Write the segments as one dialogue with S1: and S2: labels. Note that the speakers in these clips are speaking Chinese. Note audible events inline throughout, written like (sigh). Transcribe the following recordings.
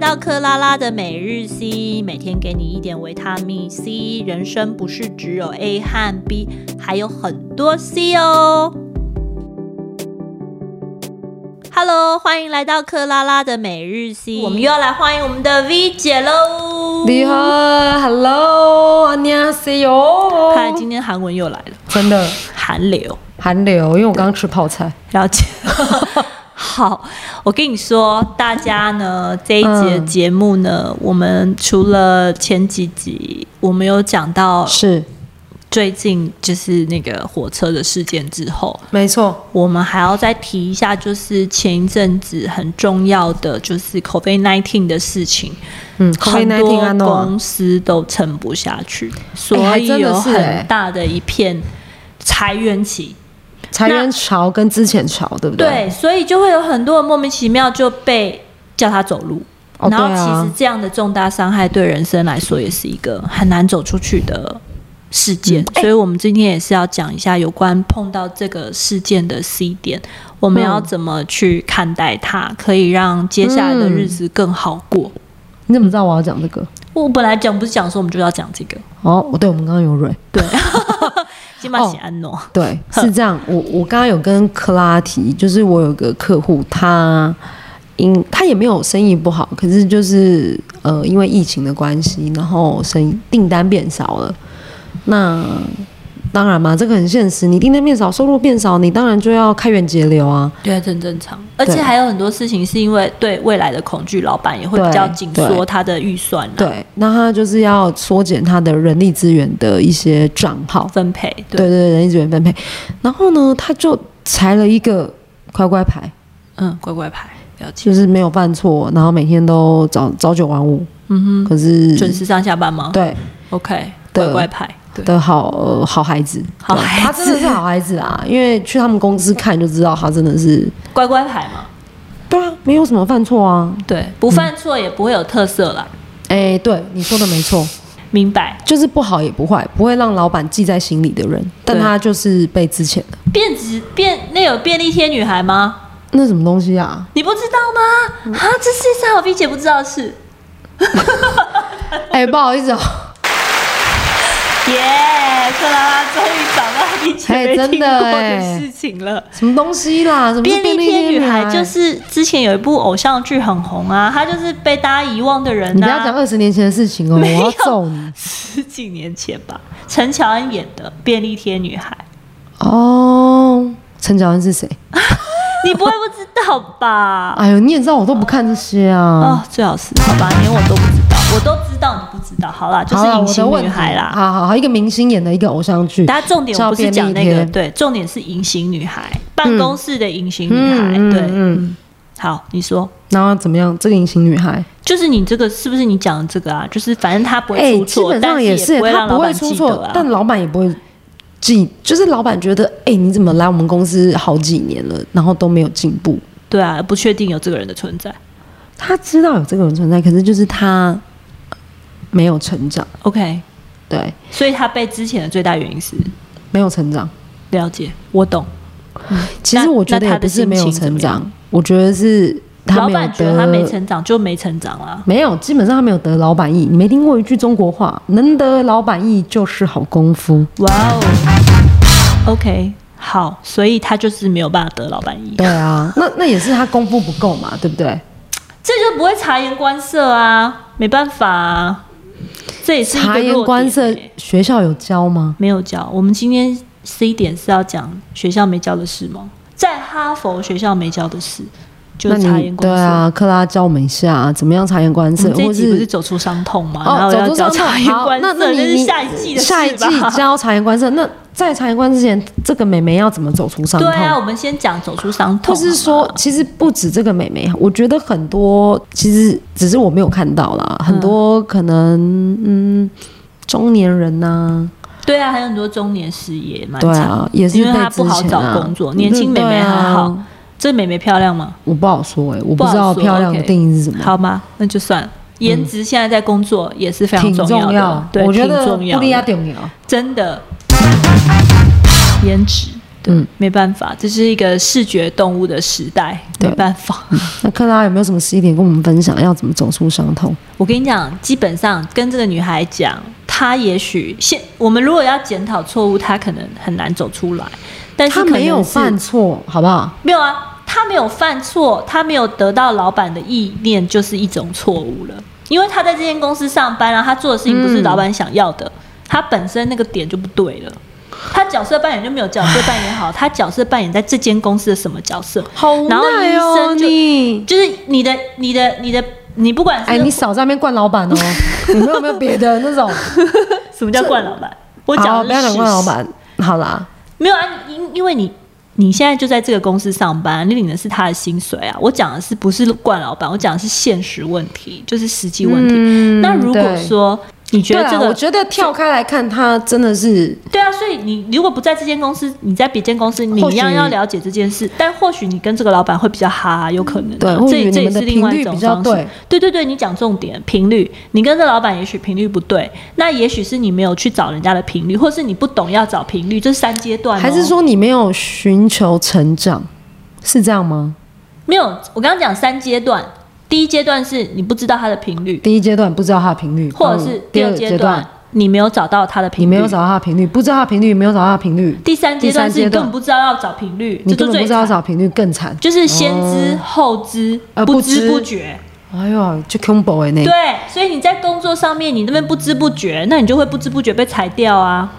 S1: 到克拉拉的每日 C，每天给你一点维他命 C。人生不是只有 A 和 B，还有很多 C 哦。Hello，欢迎来到克拉拉的每日 C，我们又要来欢迎我们的 V 姐喽。
S2: 你好，Hello，안녕하세 요。
S1: 看来今天韩文又来了，
S2: 真的
S1: 韩流
S2: 韩流，因为我刚刚吃泡菜。
S1: 了
S2: (laughs)
S1: 解。好，我跟你说，大家呢这一节
S2: 嗯
S1: 节目呢，我们除了前几集我们有讲到
S2: 是，
S1: 最近就是那个火车的事件之后，
S2: 没错，
S1: 我们还要再提一下，就是前一阵子很重要的就是 COVID nineteen 的事情，
S2: 嗯
S1: 很
S2: ，COVID-19
S1: 多
S2: 安诺啊
S1: 公司都撑不下去，所
S2: 还
S1: 以
S2: 真的
S1: 有
S2: 是
S1: 很
S2: 哎
S1: 大的一片裁员期。
S2: 裁员潮跟之前潮，对不
S1: 对，所以就会有很多人莫名其妙就被叫他走路。
S2: 哦
S1: 然后
S2: 对啊
S1: 其实这样的重大伤害对人生来说也是一个很难走出去的事
S2: 嗯
S1: 件，
S2: 哎
S1: 所以我们今天也是要讲一下有关碰到这个事件的 C 点，
S2: 嗯
S1: 我们要怎么去看待它，可以让接下来的日子更好过。
S2: 嗯你怎么知道我要讲这个？
S1: 我本来讲不是讲说我们就要讲这个，
S2: 哦，对，我们刚刚有蕊。 (laughs)
S1: 对，金马
S2: 哦
S1: 喜安诺，
S2: 对，是这样。我我刚刚有跟克拉提，就是我有个客户，他因他也没有生意不好，可是就是呃，因为疫情的关系，然后生意订单变少了。那当然嘛，这个很现实，你订单变少，收入变少，你当然就要开源节流啊。
S1: 对，很正常。而且还有很多事情是因为对未来的恐惧，老板也会比较
S2: 对
S1: 紧
S2: 对
S1: 缩他的预算、啊，
S2: 对，那他就是要缩减他的人力资源的一些账号。
S1: 分配，对，
S2: 对对，人力资源分配。然后呢，他就裁了一个乖乖牌。
S1: 嗯，乖乖牌，了解。
S2: 就是没有犯错，然后每天都早早九晚五，
S1: 嗯
S2: 可是
S1: 哼，准时上下班吗？
S2: 对
S1: OK，
S2: 对
S1: 乖乖牌，对，
S2: 的好、呃好孩子，
S1: 好
S2: 对
S1: 孩子
S2: 他真的是好孩子啊！因为去他们公司看就知道，他真的是
S1: 乖乖牌嘛，
S2: 对啊，没有什么犯错啊。
S1: 对，不犯错也不会有特色啦，
S2: 哎，对你说的没错，
S1: 明白？
S2: 就是不好也不坏，不会让老板记在心里的人，但
S1: 对
S2: 他就是被之前的
S1: 变质变那有便利贴女孩吗？
S2: 那什么东西啊？
S1: 你不知道
S2: 嗯
S1: 吗？啊，这世界上有 V 姐不知道的事，
S2: 哎，不好意思哦，
S1: 耶！克拉拉终于找到 V 姐
S2: 哎
S1: 没听
S2: 真的
S1: 过的
S2: 哎
S1: 事情了。
S2: 什么东西啦？什么是
S1: 便利贴女孩
S2: 孩
S1: 就是之前有一部偶像剧很红啊，她就是被大家遗忘的人
S2: 你不要讲
S1: 呐、啊，
S2: 二十年前的事情哦，我
S1: 没有
S2: 要揍你
S1: 十几年前吧，陈乔恩演的便利贴女孩。
S2: 哦！陈乔恩是谁？
S1: 你不会不知道吧？
S2: 哎呦，你也知道我都不看这些啊。
S1: 哦，最好是好吧，连我都不知道，我都知道你不知道。好啦，就是
S2: 好啦
S1: 隐
S2: 我的
S1: 形
S2: 问
S1: 女
S2: 题
S1: 孩啦。
S2: 好好好，一个明星演的一个偶像剧，
S1: 大家重点我不是讲那个，
S2: 照便利贴
S1: 对，重点是隐形女孩，办公室的隐形女孩。
S2: 嗯嗯
S1: 对，
S2: 嗯
S1: 嗯，好，你说，
S2: 然后怎么样？这个隐形女孩，
S1: 就是你这个是不是你讲的这个啊？就是反正她不会出
S2: 哎基
S1: 错，
S2: 本
S1: 但
S2: 上
S1: 是
S2: 是
S1: 不会
S2: 她
S1: 让
S2: 不
S1: 老
S2: 会
S1: 板
S2: 出
S1: 记
S2: 错
S1: 得，啊
S2: 但。老板也不会记，就是老板觉得，哎，你怎么来我们公司好几年了，然后都没有进步？
S1: 对啊，不确定有这个人的存在。
S2: 他知道有这个人存在，可是就是他没有成长，
S1: OK，
S2: 对，
S1: 所以她被之前的最大原因是
S2: 没有成长。
S1: 了解，我懂。
S2: 其实
S1: 那
S2: 我觉得
S1: 那
S2: 也
S1: 他的
S2: 不是没有
S1: 心情怎
S2: 成
S1: 么
S2: 长，我觉得是他
S1: 老
S2: 没有
S1: 板觉得她
S2: 得
S1: 没成长就没成长啦。
S2: 没有，基本上他没有得老板意。你没听过一句中国话，能得老板意就是好功夫。
S1: 哇哦，OK，好，所以他就是没有办法得老板意，
S2: 对啊， (laughs) 那那也是他功夫不够嘛，对不对？
S1: 这就不会察言观色啊，没办法啊，这也是一个
S2: 察言
S1: 弱点
S2: 观色
S1: 欸，
S2: 学校有教吗？
S1: 没有教。我们今天 C 点是要讲学校没教的事吗？在哈佛学校没教的事，就是
S2: 那
S1: 察
S2: 你
S1: 言观
S2: 对
S1: 色。
S2: 啊，克拉教我们一下、怎么样察言观
S1: 我
S2: 色，
S1: 们这一
S2: 或
S1: 集不是
S2: 是。
S1: 走出伤痛吗？然
S2: 哦，
S1: 后
S2: 走
S1: 要
S2: 出
S1: 讲
S2: 伤痛
S1: 察言
S2: 好
S1: 观
S2: 那
S1: 色，
S2: 那
S1: 这
S2: 你
S1: 是
S2: 你
S1: 下一季的
S2: 下一
S1: 事吧？
S2: 季教察言观色。那在察言观色之前，这个美眉要怎么走出伤
S1: 对
S2: 痛？
S1: 啊，我们先讲走出伤痛啊好
S2: 或
S1: 吗，
S2: 是说，其实不止这个美眉，我觉得很多其实只是我没有看到啦，
S1: 嗯
S2: 很多可能嗯中年人呐、
S1: 对啊，还有很多中年失业，蛮
S2: 对
S1: 惨
S2: 啊，也是
S1: 因为
S2: 被
S1: 她
S2: 之
S1: 不好
S2: 前
S1: 找
S2: 啊
S1: 工作年轻
S2: 嗯
S1: 妹妹
S2: 对啊
S1: 还好这美眉漂亮吗？
S2: 我不好说哎、我
S1: 不
S2: 不
S1: 好
S2: 知道
S1: 说
S2: 漂亮的
S1: ，OK
S2: 定义是什么。
S1: 好吗？那就算了。颜值现在在工作也是非常
S2: 嗯挺
S1: 重
S2: 重
S1: 的，
S2: 啊要，
S1: 对，
S2: 我觉
S1: 挺
S2: 得
S1: 重要
S2: 不利亚
S1: 的，
S2: 重要。
S1: 真的。颜值对，
S2: 嗯
S1: 没办法，这是一个视觉动物的时代，没
S2: 对
S1: 办法。
S2: 那克拉有没有什么十一点跟我们分享，要怎么走出伤痛？
S1: 我跟你讲，基本上跟这个女孩讲，她也许现我们如果要检讨错误，她可能很难走出来。但是
S2: 他
S1: 可能
S2: 没有
S1: 是
S2: 犯错，好不好？
S1: 没有啊，他没有犯错，他没有得到老板的意念，就是一种错误了。因为他在这间公司上班啊，他做的事情不是
S2: 嗯
S1: 老板想要的，他本身那个点就不对了。他角色扮演就没有角色扮演好，他角色扮演在这间公司的什么角色？
S2: 好无
S1: 然后
S2: 奈
S1: 医
S2: 哦，
S1: 生就
S2: 你。
S1: 就是你的、你的、你的，你不管是、
S2: 哎，你少在那边惯
S1: (laughs)
S2: 老板哦，你们有没有别的那种？
S1: 什么叫惯老板，我
S2: 好，
S1: 讲
S2: 哦不
S1: 的
S2: 要
S1: 是
S2: 讲
S1: 事
S2: 惯老
S1: 实
S2: 板，好啦，
S1: 没有啊，因因为你你现在就在这个公司上班，你领的是他的薪水啊。我讲的是不是惯老板？我讲的是现实问题，就是实际问题。
S2: 嗯
S1: 那如果
S2: 对
S1: 说你觉
S2: 对
S1: 得这
S2: 啦，我
S1: 个
S2: 觉得跳开来看，他真的是
S1: 对啊，所以你如果不在这间公司，你在别间公司，你
S2: 或
S1: 一
S2: 许
S1: 样要了解这件事。但或许你跟这个老板会比较哈、有可能、
S2: 嗯对
S1: 啊。
S2: 或
S1: 这
S2: 许
S1: 这也
S2: 你们
S1: 是
S2: 的
S1: 另
S2: 频
S1: 外一
S2: 率
S1: 种
S2: 比较
S1: 方式。
S2: 对，
S1: 对对对，你讲重点，频率，你跟这老板也许频率不对，那也许是你没有去找人家的频率，或是你不懂要找频率，这是三阶段、哦。
S2: 还是说你没有寻求成长，是这样吗？
S1: 没有，我刚刚讲三阶段，第一阶段是你不知道它的频率，
S2: 第一阶段不知道它的频率，
S1: 或者是
S2: 嗯
S1: 第
S2: 第
S1: 二阶
S2: 阶
S1: 段你没有找到它的频率，
S2: 你没有找到它的频率，不知道它的频率，没有找到它的频率，
S1: 第三阶段是你
S2: 第三阶段
S1: 根本不知道要找频率，
S2: 你
S1: 这
S2: 根
S1: 就
S2: 本
S1: 最
S2: 不知道
S1: 惨
S2: 找频率更惨。
S1: 就是先知后知，
S2: 呃
S1: 不
S2: 不
S1: 知
S2: 知
S1: 不觉。
S2: 哎呦，就 combo 哎那个，
S1: 对，所以你在工作上面，你那边不知不觉，那你就会不知不觉被裁掉啊。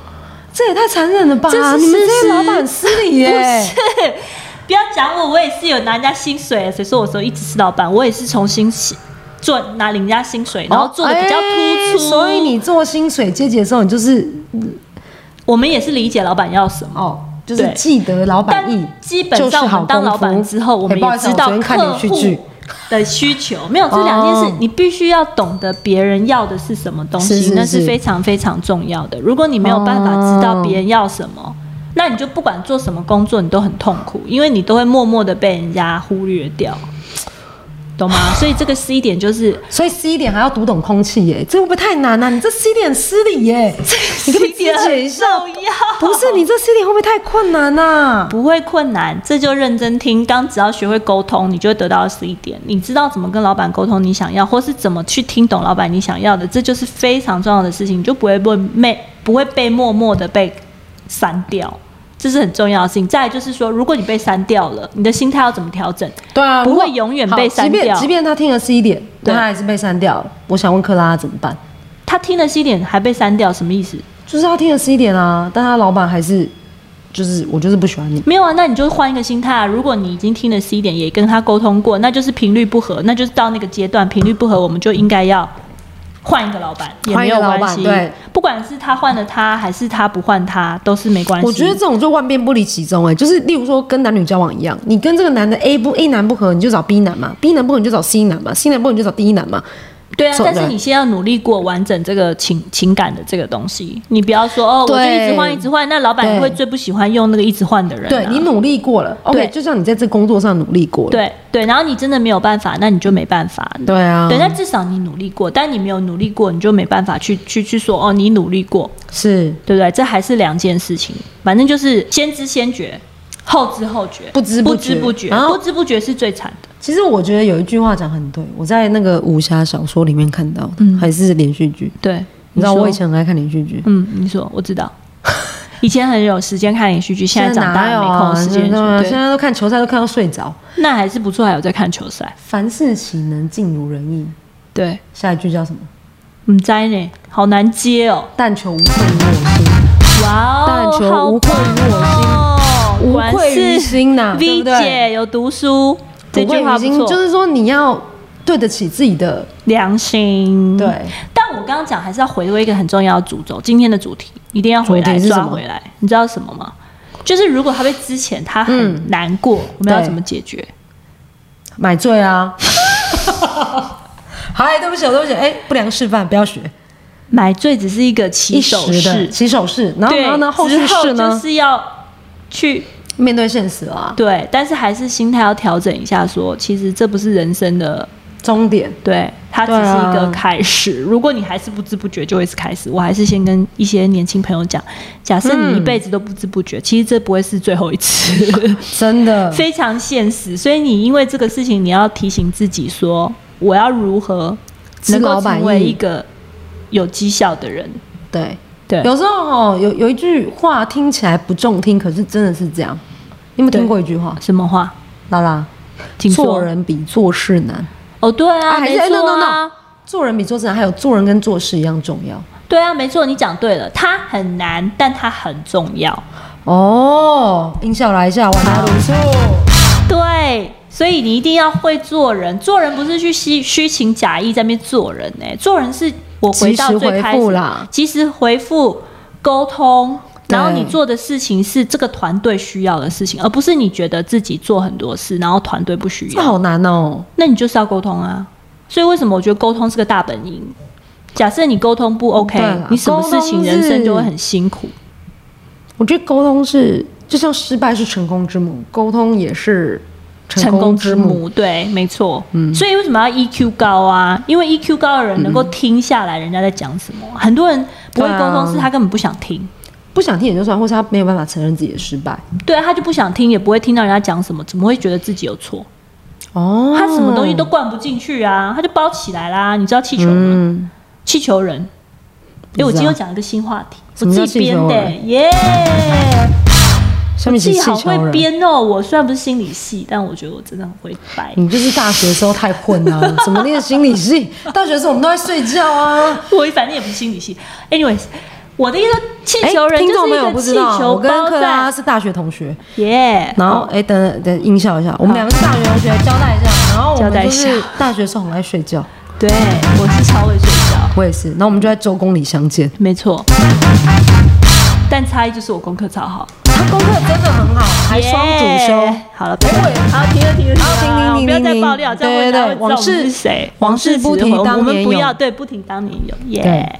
S2: 这也太残忍了吧！
S1: 这是
S2: 你们
S1: 事
S2: 这
S1: 实
S2: 些老板失礼
S1: 不
S2: 耶，
S1: 是，不要讲我，我也是有拿人家薪水，谁说我说一直是老板？我也是从薪水做拿领人家薪水，然后做的比较突出。
S2: 哦哎所以你做薪水阶级的时候，你就是
S1: 我们也是理解老板要什么。
S2: 哦，就是
S1: 对
S2: 记得老板意，
S1: 但基本上我们当老板之后，我们
S2: 就是好功夫哎不好
S1: 也
S2: 意思
S1: 知道
S2: 我昨天看
S1: 客
S2: 连续
S1: 户
S2: 剧
S1: 的需求。没有这两件事
S2: 哦，
S1: 你必须要懂得别人要的是什么东
S2: 是
S1: 西，
S2: 是
S1: 那是
S2: 是
S1: 非常非常重要的。如果你没有办法知道
S2: 哦
S1: 别人要什么，那你就不管做什么工作，你都很痛苦，因为你都会默默的被人家忽略掉，懂吗？所以这个 C 点就是
S2: 所以 C 点还要读懂空气耶，这会不会太难啊？你这 C 点失礼耶， (laughs) 你可不可
S1: C
S2: 以肢解一下？
S1: (laughs) 很重要
S2: 不是你这 C 点会不会太困难啊呐、
S1: 不会困难，这就认真听。刚只要学会沟通，你就会得到十一点。你知道怎么跟老板沟通你想要，或是怎么去听懂老板你想要的，这就是非常重要的事情，你就不会被没不会被默默的被删掉，这是很重要的事情。再来就是说，如果你被删掉了，你的心态要怎么调整？
S2: 对啊，
S1: 不
S2: 如果
S1: 会永远被删掉
S2: 好即便即便他听了 C 点，
S1: 对
S2: 但他还是被删掉了。我想问克拉怎么办？
S1: 他听了十一点还被删掉，什么意思？
S2: 就是他听了 C 点啊，但他老板还是就是我就是不喜欢你。
S1: 没有啊，那你就换一个心态啊。如果你已经听了 C 点，也跟他沟通过，那就是频率不合，那就是到那个阶段频率不合，我们就应该要换一个老板，也
S2: 换
S1: 没
S2: 一个
S1: 有
S2: 老板
S1: 关系
S2: 对。
S1: 不管是他换了他，还是他不换他，都是没关系。
S2: 我觉得这种就万变不离其宗哎、就是例如说跟男女交往一样，你跟这个男的 A 不 A 男不合，你就找 B 男嘛；B 男不合你就找 C 男嘛；C 男不合你就找 D 男嘛。
S1: 对啊，
S2: 走
S1: 但
S2: 人
S1: 是你先要努力过完整这个情情感的这个东西，你不要说哦，我就一
S2: 对
S1: 直换一直换，那老板
S2: 对
S1: 也会最不喜欢用那个一直换的人、啊。
S2: 对你努力过了
S1: 对
S2: ，OK，就像你在这工作上努力过了。
S1: 对对，然后你真的没有办法，那你就没办法。
S2: 对啊，
S1: 对，但至少你努力过，但你没有努力过，你就没办法去去去说哦，你努力过。
S2: 是
S1: 对不对？这还是两件事情，反正就是先知先觉，后知后觉，
S2: 不知
S1: 不
S2: 不
S1: 知
S2: 觉啊
S1: 不觉，
S2: 然后
S1: 不知不觉是最惨的。
S2: 其实我觉得有一句话讲很对，我在那个武侠小说里面看到的，
S1: 嗯
S2: 还是连续剧。
S1: 对，
S2: 你知道
S1: 说
S2: 我以，前很爱看连续剧，
S1: 嗯，你说我
S2: (laughs)
S1: 知道，以前很有时间看连续剧，现在长大
S2: 哪有
S1: 了没
S2: 啊？
S1: 空时间
S2: 现在
S1: 了。对，
S2: 现在都看球赛都看到睡着。
S1: 那还是不错，还有在看球赛。
S2: 凡事岂能尽如人意？
S1: 对，
S2: 下一句叫什么？
S1: 嗯，在呢，好难接哦。
S2: 但求无愧于我心，
S1: 哇哦，
S2: 但求
S1: 好
S2: 无愧于我心
S1: 棒哦
S2: 无
S1: 果然
S2: 愧于
S1: 是
S2: 心呐，对
S1: V
S2: 不对？
S1: 姐有读书，这
S2: 无愧
S1: 句话
S2: 于
S1: 不
S2: 心，
S1: 错，
S2: 就是说你要对得起自己的
S1: 良心。
S2: 对。
S1: 但我刚刚讲还是要回归一个很重要的主轴，今天的主题一定要回
S2: 主
S1: 来
S2: 题是什
S1: 抓
S2: 么
S1: 回来。你知道什么吗？就是如果他被之前他很
S2: 嗯
S1: 难过，我们要
S2: 对
S1: 怎么解决？
S2: 买醉啊。 (laughs) 嗨，对不起，对不起，哎，不良示范，不要学。
S1: 买醉只是一个起
S2: 一
S1: 手
S2: 时
S1: 式
S2: 的，起手式，然后
S1: 对，
S2: 然后呢，后续
S1: 之后
S2: 式
S1: 就
S2: 呢，
S1: 是要去
S2: 面对现实啊。
S1: 对，但是还是心态要调整一下说其实这不是人生的
S2: 终点。
S1: 对，它只
S2: 对啊
S1: 是一个开始。如果你还是不知不觉，就会是开始。我还是先跟一些年轻朋友讲，假设
S2: 嗯
S1: 你一辈子都不知不觉，其实这不会是最后一次，
S2: 真的，
S1: 非常现实。所以你因为这个事情，你要提醒自己说，我要如何
S2: 知
S1: 能
S2: 老
S1: 够
S2: 板
S1: 成为
S2: 意
S1: 一个有绩效的人。
S2: 对
S1: 对
S2: 有时候哦，有有一句话听起来不中听，可是真的是这样。你有没有听
S1: 对
S2: 过一句话？
S1: 什么话？
S2: 拉拉，
S1: 请说
S2: 做人比做事难。
S1: 哦，对啊，
S2: 啊还是
S1: 没错啊。
S2: 哎，no，no，no 做人比做事难，还有做人跟做事一样重要。
S1: 对啊，没错，你讲对了，它很难，但它很重要。
S2: 哦，音效来一下，我拿鲁肃。
S1: 对，所以你一定要会做人，做人不是去虚虚情假意在那边做人呢、做人是我回到
S2: 及时
S1: 最开
S2: 回复
S1: 始
S2: 啦
S1: 及时回复沟通。
S2: 对
S1: 然后你做的事情是这个团队需要的事情，而不是你觉得自己做很多事，然后团队不需
S2: 这
S1: 要。
S2: 好难哦。
S1: 那你就是要沟通啊。所以为什么我觉得沟通是个大本营？假设你沟通不 OK，
S2: 对啦
S1: 你什么事
S2: 沟
S1: 情
S2: 通是
S1: 人生就会很辛苦。
S2: 我觉得沟通是，就像失败是成功之母，沟通也是
S1: 成
S2: 功
S1: 功之
S2: 母。嗯
S1: 母，对，没错。所以为什么要 EQ 高啊？因为 EQ 高的人能够听下来人家在讲什么。很多人不会
S2: 对啊
S1: 沟通，是他根本不想听，
S2: 不想听也就算，或是他没有办法承认自己的失败。
S1: 对啊，他就不想听，也不会听到人家讲什么，怎么会觉得自己有错？
S2: 哦
S1: 他什么东西都灌不进去啊，他就包起来啦。你知道气球吗？
S2: 嗯，
S1: 气球人。
S2: 知
S1: 哎，
S2: 道
S1: 我今天又讲一个新话题，
S2: 什
S1: 我
S2: 么叫
S1: 自己编
S2: 气球
S1: 的
S2: 人 (laughs)
S1: 耶！
S2: 下
S1: 我自
S2: 面
S1: 己
S2: 是气
S1: 好
S2: 球
S1: 会
S2: 人。
S1: 编哦。我虽然不是心理系，但我觉得我真的很会掰。
S2: 你就是大学的时候太混了、怎么念心理系？大学的时候我们都在睡觉 (laughs) 啊。
S1: (laughs) 我反正也不是心理系。Anyways，我的意思，气球人
S2: 哎听
S1: 就
S2: 众
S1: 是
S2: 朋
S1: 一
S2: 友
S1: 个
S2: 不
S1: 气
S2: 知道，
S1: 球
S2: 我跟
S1: 包
S2: 克拉
S1: 在
S2: 是大学同学。
S1: 耶。
S2: 然后，哎、等等等，音效一下，我们两个是大学同学，交代一下。然后我
S1: 交代
S2: 们就
S1: 一下
S2: 是大学的时候很爱睡觉，
S1: 对，我是超会睡觉，
S2: 我也是。然后我们就在周公里相见。
S1: 没错。但差异就是我功课超好，
S2: 他功课真的很好，还
S1: 耶
S2: 双主修。。
S1: 好了，不要好，停了，停了，停
S2: 好停
S1: 了，不要
S2: 停停
S1: 再
S2: 停
S1: 爆料，这样
S2: 对
S1: 会
S2: 对
S1: 大家
S2: 对
S1: 会知道我
S2: 往事
S1: 们是谁，
S2: 往事不提
S1: 只回
S2: 当
S1: 我们
S2: 年
S1: 不
S2: 勇
S1: 要对不提当年勇，耶。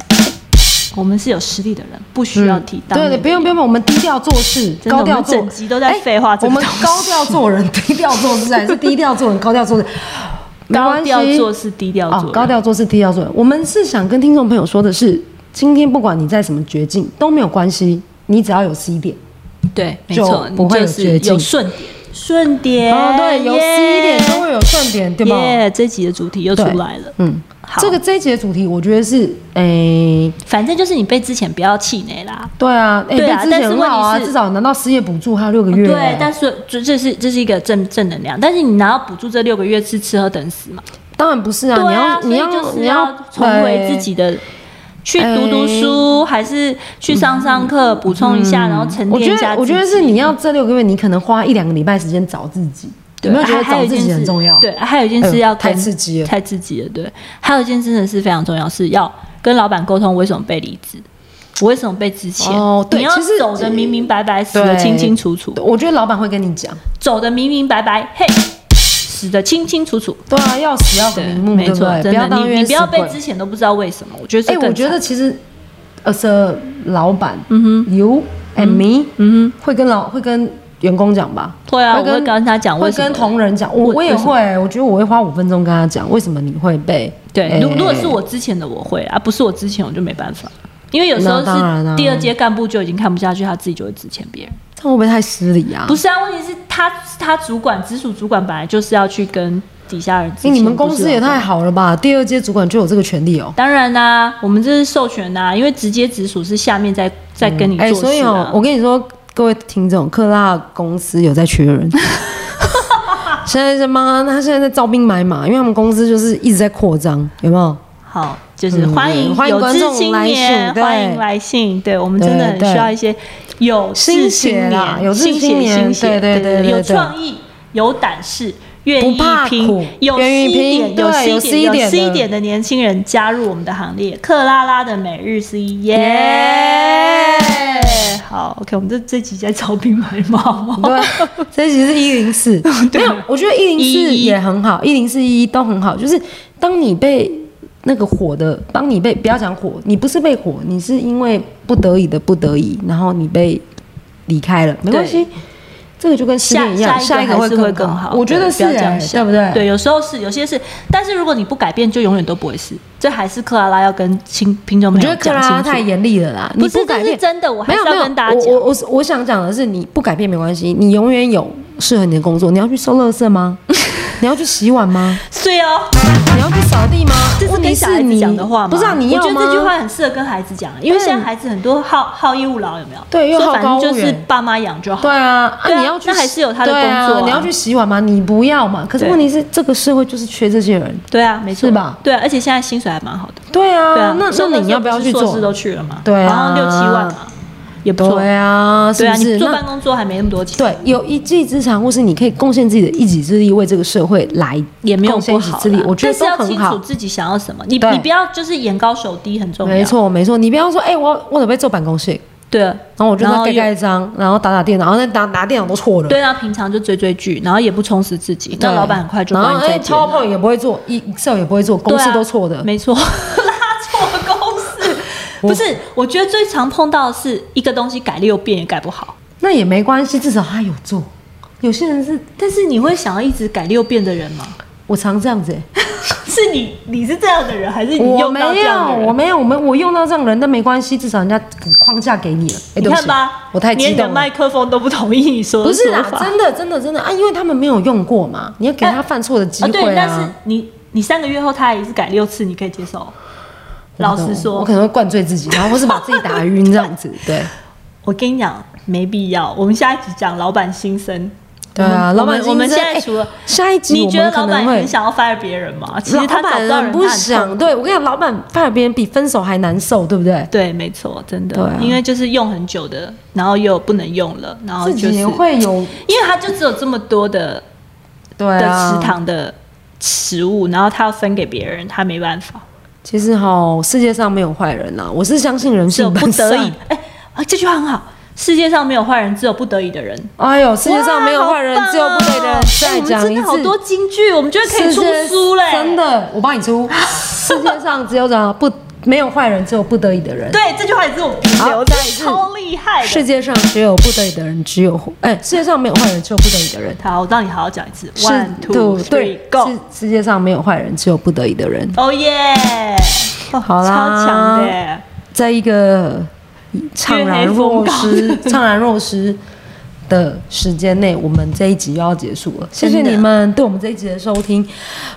S1: 我们是有实力的人，不需要提当
S2: 对
S1: 年
S2: 嗯对，
S1: 勇。
S2: 不用不用，我们低调做事，
S1: 真的
S2: 高调做。
S1: 我们整集都在废话
S2: 哎
S1: 这
S2: 我
S1: 个
S2: 们
S1: 东西
S2: 高调
S1: (laughs)
S2: 做人，低调做事，还是低调做人，高调做事。没
S1: 高
S2: 关系
S1: 调做事，低调做
S2: 哦，
S1: 人
S2: 高调做事，低调做人。我们是想跟听众朋友说的是，今天不管你在什么绝境都没有关系，你只要有 C 点。
S1: 对，没
S2: 就
S1: 错，
S2: 不会有
S1: 你就是
S2: 绝境
S1: 有顺点，顺点，
S2: 哦，对，有 C 点就会有顺点，对吧？
S1: 耶，这集的主题又出来了。
S2: 嗯，
S1: 好，
S2: 这个这一节主题，我觉得是，诶、
S1: 反正就是你被之前不要气馁啦。
S2: 对啊，哎、
S1: 对啊
S2: 被之前很好啊，
S1: 但是问题是
S2: 至少拿到失业补助还有六个月、
S1: 对，但是这这是这是一个正正能量，但是你拿到补助这六个月是吃喝等死嘛？
S2: 当然不是啊，
S1: 对啊，所
S2: 你
S1: 以
S2: 要哎你
S1: 就是
S2: 你
S1: 要重回自。己的，去读读书，还是去上上课，补充一下，然后沉
S2: 嗯对我
S1: 淀
S2: 觉
S1: 一下
S2: 得，
S1: 自己。
S2: 我觉得是你要这六个月，你可能花一两个礼拜时间找自己，有没有觉
S1: 还
S2: 得
S1: 啊还有
S2: 找
S1: 一
S2: 自
S1: 件
S2: 己
S1: 事
S2: 很重要？
S1: 对，还有一件
S2: 哎
S1: 事
S2: 呦
S1: 要
S2: 太
S1: 跟
S2: 刺激了
S1: 太刺激了。对，还有一件真的是非常重要，是要跟老板沟通为什么被离职，我为什么被之前。
S2: 哦对
S1: 你要
S2: 其实
S1: 走的明明白白，死的
S2: 对，
S1: 清清楚楚，
S2: 我觉得老板会跟你讲，
S1: 走的明明白白，嘿，死的清清楚楚。
S2: 对
S1: (laughs)
S2: 啊，要死要个明目，
S1: 没
S2: 对不
S1: 错，
S2: 对？
S1: 真
S2: 不要
S1: 的，
S2: 当
S1: 你
S2: 冤
S1: 你不要
S2: 死鬼
S1: 被之前都不知道为什么，我觉得
S2: 哎、
S1: 这更
S2: 我觉
S1: 惨
S2: 得其实，as a 老板，嗯哼，you and me，嗯哼，会跟老会跟员工讲吧？
S1: 会啊，我
S2: 跟
S1: 会跟他讲为
S2: 会
S1: 什
S2: 跟
S1: 么。
S2: 同仁讲，我
S1: 为
S2: 我也
S1: 为什
S2: 会，我觉得我会花五分钟跟他讲为什么你会被
S1: 对，如
S2: 哎
S1: 如果是我之前的我会啊，不是我之前我就没办法，因为有时候
S2: 那当然啊
S1: 是第二阶干部就已经看不下去，他自己就会指前别人。
S2: 哎这样会不会太失礼啊？
S1: 不
S2: 是，
S1: 是啊，问题是他他主管直属主管本来就是要去跟底下人之
S2: 哎、
S1: 前。
S2: 你们公司也
S1: 不是
S2: 太
S1: 吗
S2: 好了吧？第二阶主管就有这个权利哦。
S1: 当然啦、我们这是授权呐、因为直接直属是下面在在跟你
S2: 哎、
S1: 做
S2: 所以
S1: 事、
S2: 哦
S1: 啊，
S2: 我跟你说，各位听众，克拉公司有在缺人。 (laughs) 现在是妈，他现在在招兵买马，因为他们公司就是一直在扩张，有没有？
S1: 好，就是欢迎、
S2: 嗯欢迎
S1: 有
S2: 观
S1: 志
S2: 众
S1: 青
S2: 来
S1: 年，
S2: 信对
S1: 欢迎来信。对我们
S2: 对
S1: 真的很
S2: 对
S1: 需要一些有志青
S2: 新血啦
S1: 年、
S2: 有志
S1: 新
S2: 青
S1: 血、
S2: 年
S1: 新血，
S2: 对对对对
S1: 有
S2: 对
S1: 创意、有胆识。愿
S2: 不
S1: 意
S2: 怕
S1: 拼
S2: 苦，
S1: 有
S2: 愿意
S1: C 点，
S2: 拼
S1: 有 C 点，
S2: 对有 C 点
S1: 有
S2: 的
S1: C 点的年轻人加入我们的行列。克拉拉的每日 C，耶！好，OK，我们这这集在招兵买马吗？
S2: (laughs) 对，这其实是一零
S1: (laughs)
S2: 四，没有，我觉得一零四
S1: 111
S2: 也很好，一零四一一都很好。就是当你被那个火的，当你被不要讲火，你不是被火，你是因为不得已的不得已，然后你被离开了，没关系，这个就跟失
S1: 下
S2: 恋一样，
S1: 下
S2: 一
S1: 个
S2: 个
S1: 还是会
S2: 更
S1: 好。
S3: 我觉得
S1: 对
S3: 是
S1: 不要这样
S3: 欸对
S1: 想
S3: 不对
S1: 对，有时候是，有些是，但是如果你不改变，就永远都不会是。这还是克拉拉要跟听听众
S3: 我
S1: 朋
S3: 觉
S1: 友
S3: 得克
S1: 讲
S3: 拉
S1: 清
S3: 拉
S1: 楚。
S3: 太严厉了啦，
S1: 不
S2: 你
S1: 是，
S2: 不
S1: 这
S2: 改
S1: 是
S2: 变
S1: 真的，我还
S2: 没有
S1: 是要
S2: 没有
S1: 跟大家，讲
S2: 我。我我是我想讲的是，你不改变没关系，你永远有适合你的工作。你要去收垃
S1: (laughs)
S2: 圾吗？你要去洗碗吗？
S1: 对哦，
S2: 你要去扫地吗？
S1: 这是
S2: 问题
S1: 跟小孩子
S2: 是你
S1: 讲的话吗？
S2: 不是啊，你要
S1: 我觉
S2: 吗？
S1: 得这句话很适合跟孩子讲，因为现在孩子很多好好逸恶劳，有没有？
S2: 对又
S1: 所以
S2: 好
S1: 反正
S2: 高
S1: 就
S2: 骛
S1: 是
S2: 远
S1: 爸妈养就好。
S2: 对啊，
S1: 对啊
S2: 啊你要去洗，
S1: 那还是有他的
S2: 对啊
S1: 工作啊
S2: 你要去洗碗吗？你不要嘛。可是
S1: 对
S2: 问题是，这个社会就是缺这些人。
S1: 对啊，没错
S2: 是吧？
S1: 对啊，而且现在薪水还蛮好的。
S2: 对啊，
S1: 对啊，
S2: 那
S1: 说
S2: 那
S1: 时
S2: 你
S1: 候
S2: 要不要
S1: 是
S2: 去
S1: 硕
S2: 做
S1: 士？都去了嘛？
S2: 对啊
S1: 好像六七万嘛，也不错。
S2: 对啊，是
S1: 对啊，
S2: 不是？
S1: 你坐
S2: 那
S1: 办公桌还没那么多钱。
S2: 对，有一技之长，或是你可以贡献自己的一己之力，为这个社会来
S1: 也没有
S2: 贡献
S1: 不
S2: 一己
S1: 好
S2: 之
S1: 啦
S2: 力，我觉
S1: 但
S2: 得
S1: 是
S2: 都
S1: 要
S2: 很
S1: 清
S2: 好
S1: 楚。自己啊想要什么。你
S2: 对
S1: 你不要就是眼高手低很重要。
S2: 没，错，没错，你不要说，哎、我我准备做办公室，
S1: 对。然
S2: 然后我就在盖
S1: 又
S2: 盖章，然后打打电脑，然后再打打电脑都错了。
S1: 对，然后平常就追追剧，然后也不充实自己，
S2: 对，
S1: 那老板很快就
S2: 嗯然
S1: 把
S2: 后
S1: 你
S2: 哎
S1: 再见了。
S2: ，PowerPoint 也不会做，E-，Excel 也不会做，公
S1: 对
S2: 式
S1: 啊
S2: 都错的。
S1: 没错， (laughs) 拉错公式。不是，我觉得最常碰到的是一个东西改六遍也改不好，
S2: 那也没关系，至少他有做。有些人是
S1: 但是你会想要一直改六遍的人吗？ (laughs)
S2: 我常这样子、欸，
S1: 是你你是这样的人，还是你
S2: 我
S1: 用
S2: 没
S1: 到这
S2: 有
S1: 样的，人？
S2: 我没有，我们我用到这样的人，但没关系，至少人家框架给你了。哎、
S1: 你
S2: 对不
S1: 看
S2: 起
S1: 吧，
S2: 我太激
S1: 连你的
S2: 动了
S1: 麦。克风都不同意你说的
S2: 不是啦
S1: 说，法
S2: 真的，真的，真的啊，因为他们没有用过嘛，你要给他犯错的机
S1: 啊，哎对，
S2: 会
S1: 但是
S2: 啊。
S1: 你你三个月后他也是改六次，你可以接受？老实说，
S2: 我可能会灌醉自己，然后或是把自己打晕这样子。对，
S1: 我跟你讲，没必要。我们下一集讲老板心声。
S2: 对啊，
S1: 嗯我们
S2: 老板
S1: 我们
S2: 先
S1: 现在
S2: 哎
S1: 除了
S2: 下一集，
S1: 你
S2: 我
S1: 觉得
S2: 们可
S1: 老
S2: 能
S1: 板
S2: 会
S1: 很想要 fire 别人吗？其实
S2: 老
S1: 他找不
S2: 板
S1: 到人，
S2: 很不
S1: 他很
S2: 想。
S1: 痛
S2: 对我跟你讲，老板 fire 别人比分手还难受，对不对？
S1: 对，没错，真的，
S2: 对啊
S1: 因为就是用很久的，然后又不能用了，然后
S2: 自
S1: 哦就是，
S2: 己也
S1: 因
S2: 会有
S1: 为他就只有这么多的
S2: 对
S1: 的
S2: 啊
S1: 食堂的食物，然后他要分给别人，他没办法，
S2: 其实哈，世界上没有坏人啊啦，我是相信人
S1: 只有
S2: 性 (laughs)
S1: 不
S2: 本善
S1: 得已。。哎、啊，这句话很好，世界上没有坏人，只有不得已的人。
S2: 哎呦，世界上没有坏人
S1: 哇，好
S2: 只有不对的
S1: 棒哦
S2: 人。
S1: 哎
S2: 再
S1: 我们
S2: 讲
S1: 真
S2: 一
S1: 的好
S2: 次，
S1: 多金句，我们觉得可以
S2: 世
S1: 出
S2: 界
S1: 书嘞，
S2: 真。的，我帮你出。世界上只有什么不没有坏人，只有不得已的人。
S1: (laughs) 对，这句话也是我必
S2: 好
S1: 留的
S2: 再一，次
S1: 超厉害的。
S2: 世界上只有不得已的人，只有哎，世界上没有坏人，只有不得已的人。
S1: 好，我让你好好讲一次。
S2: 是
S1: One, two, three,
S2: 对世
S1: go！
S2: 世界上没有坏人，只有不得已的人。
S1: 哦耶！哇
S2: 好啦
S1: 哦超强的耶。
S2: 在一个怅然若失、 (laughs) 怅然若失的时间内，我们这一集又要结束了。谢谢
S1: 真的
S2: 你们对我们这一集的收听。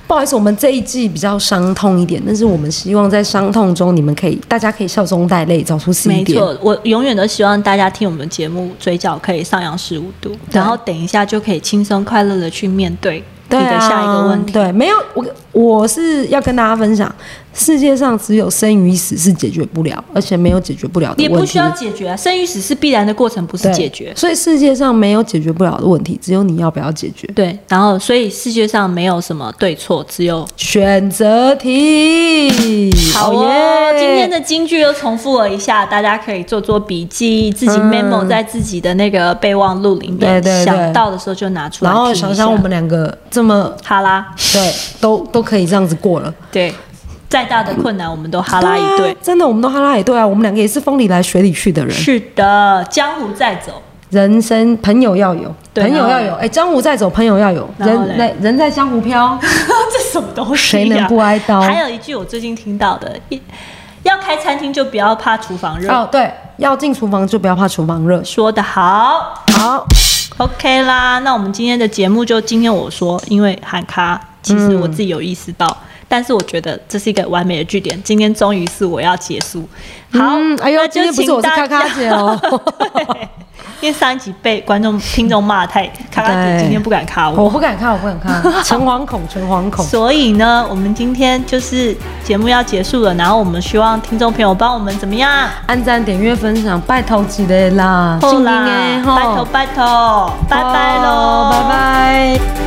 S2: 不好意思，我们这一季比较伤痛一点，但是我们希望在伤痛中，你们可以大家可以笑中带泪，找出 C
S1: 没
S2: 点。
S1: 错，我永远都希望大家听我们节目，嘴角可以上扬十五度，然后等一下就可以轻松快乐的去面对你
S2: 对
S1: 的
S2: 啊，
S1: 下一个问题。
S2: 对，没有我，我是要跟大家分享，世界上只有生与死是解决不了，而且没有解决不了的问题。
S1: 也不需要解决啊，生与死是必然的过程，不是
S2: 对
S1: 解决。
S2: 所以世界上没有解决不了的问题，只有你要不要解决。
S1: 对，然后所以世界上没有什么对错，只有
S2: 选择题。
S1: 好
S2: 哦
S1: 哦。
S2: 耶
S1: 今天的金句又重复了一下，大家可以做做笔记，自己 memo 在自己的那个备忘录里面，
S2: 对对对
S1: 想到的时候就拿出来
S2: 然
S1: 听
S2: 后
S1: 一下。
S2: 想想我们两个这么
S1: 哈拉，
S2: 对，都都可以这样子过了。
S1: 对，再大的困难我们都哈拉一
S2: 对
S1: 对
S2: 啊。真的，我们都哈拉一对啊，我们两个也是风里来雪里去的人。
S1: 是的，江湖再走，
S2: 人生朋友要有，
S1: 对
S2: 朋友
S1: 然后
S2: 要有，哎，江湖再走，朋友要有，
S1: 然后嘞
S2: 人来人在江湖飘。
S1: (laughs) 这什么东西、啊？
S2: 谁能不挨刀
S1: 还有一句我最近听到的，一要开餐厅就不要怕厨房热。
S2: 哦，对，要进厨房就不要怕厨房热。
S1: 说得好
S2: 好，
S1: ，OK 啦。那我们今天的节目就今天我说，因为喊咖，其
S2: 嗯
S1: 实我自己有意识到，但是我觉得这是一个完美的据点。今天终于是我要结束，好，
S2: 嗯哎呦
S1: 那就
S2: 今天不是
S1: 请
S2: 我是
S1: 大
S2: 咔咔
S1: 家
S2: 姐哦
S1: (laughs) 对因为上一集被观众听众骂得太，咔咔姐
S2: 对哦
S1: 今天不敢卡我
S2: (laughs) 我。不敢看，我不敢看，
S1: (laughs)
S2: 诚惶恐，诚惶恐。
S1: 所以呢，我们今天就是节目要结束了，然后我们希望听众朋友帮我们怎么样？
S2: 按赞、点阅、分享，拜托几个啦，
S1: 好
S2: 敬
S1: 啦
S2: 礼的，
S1: 拜托拜托，拜拜喽，
S2: 哦拜拜。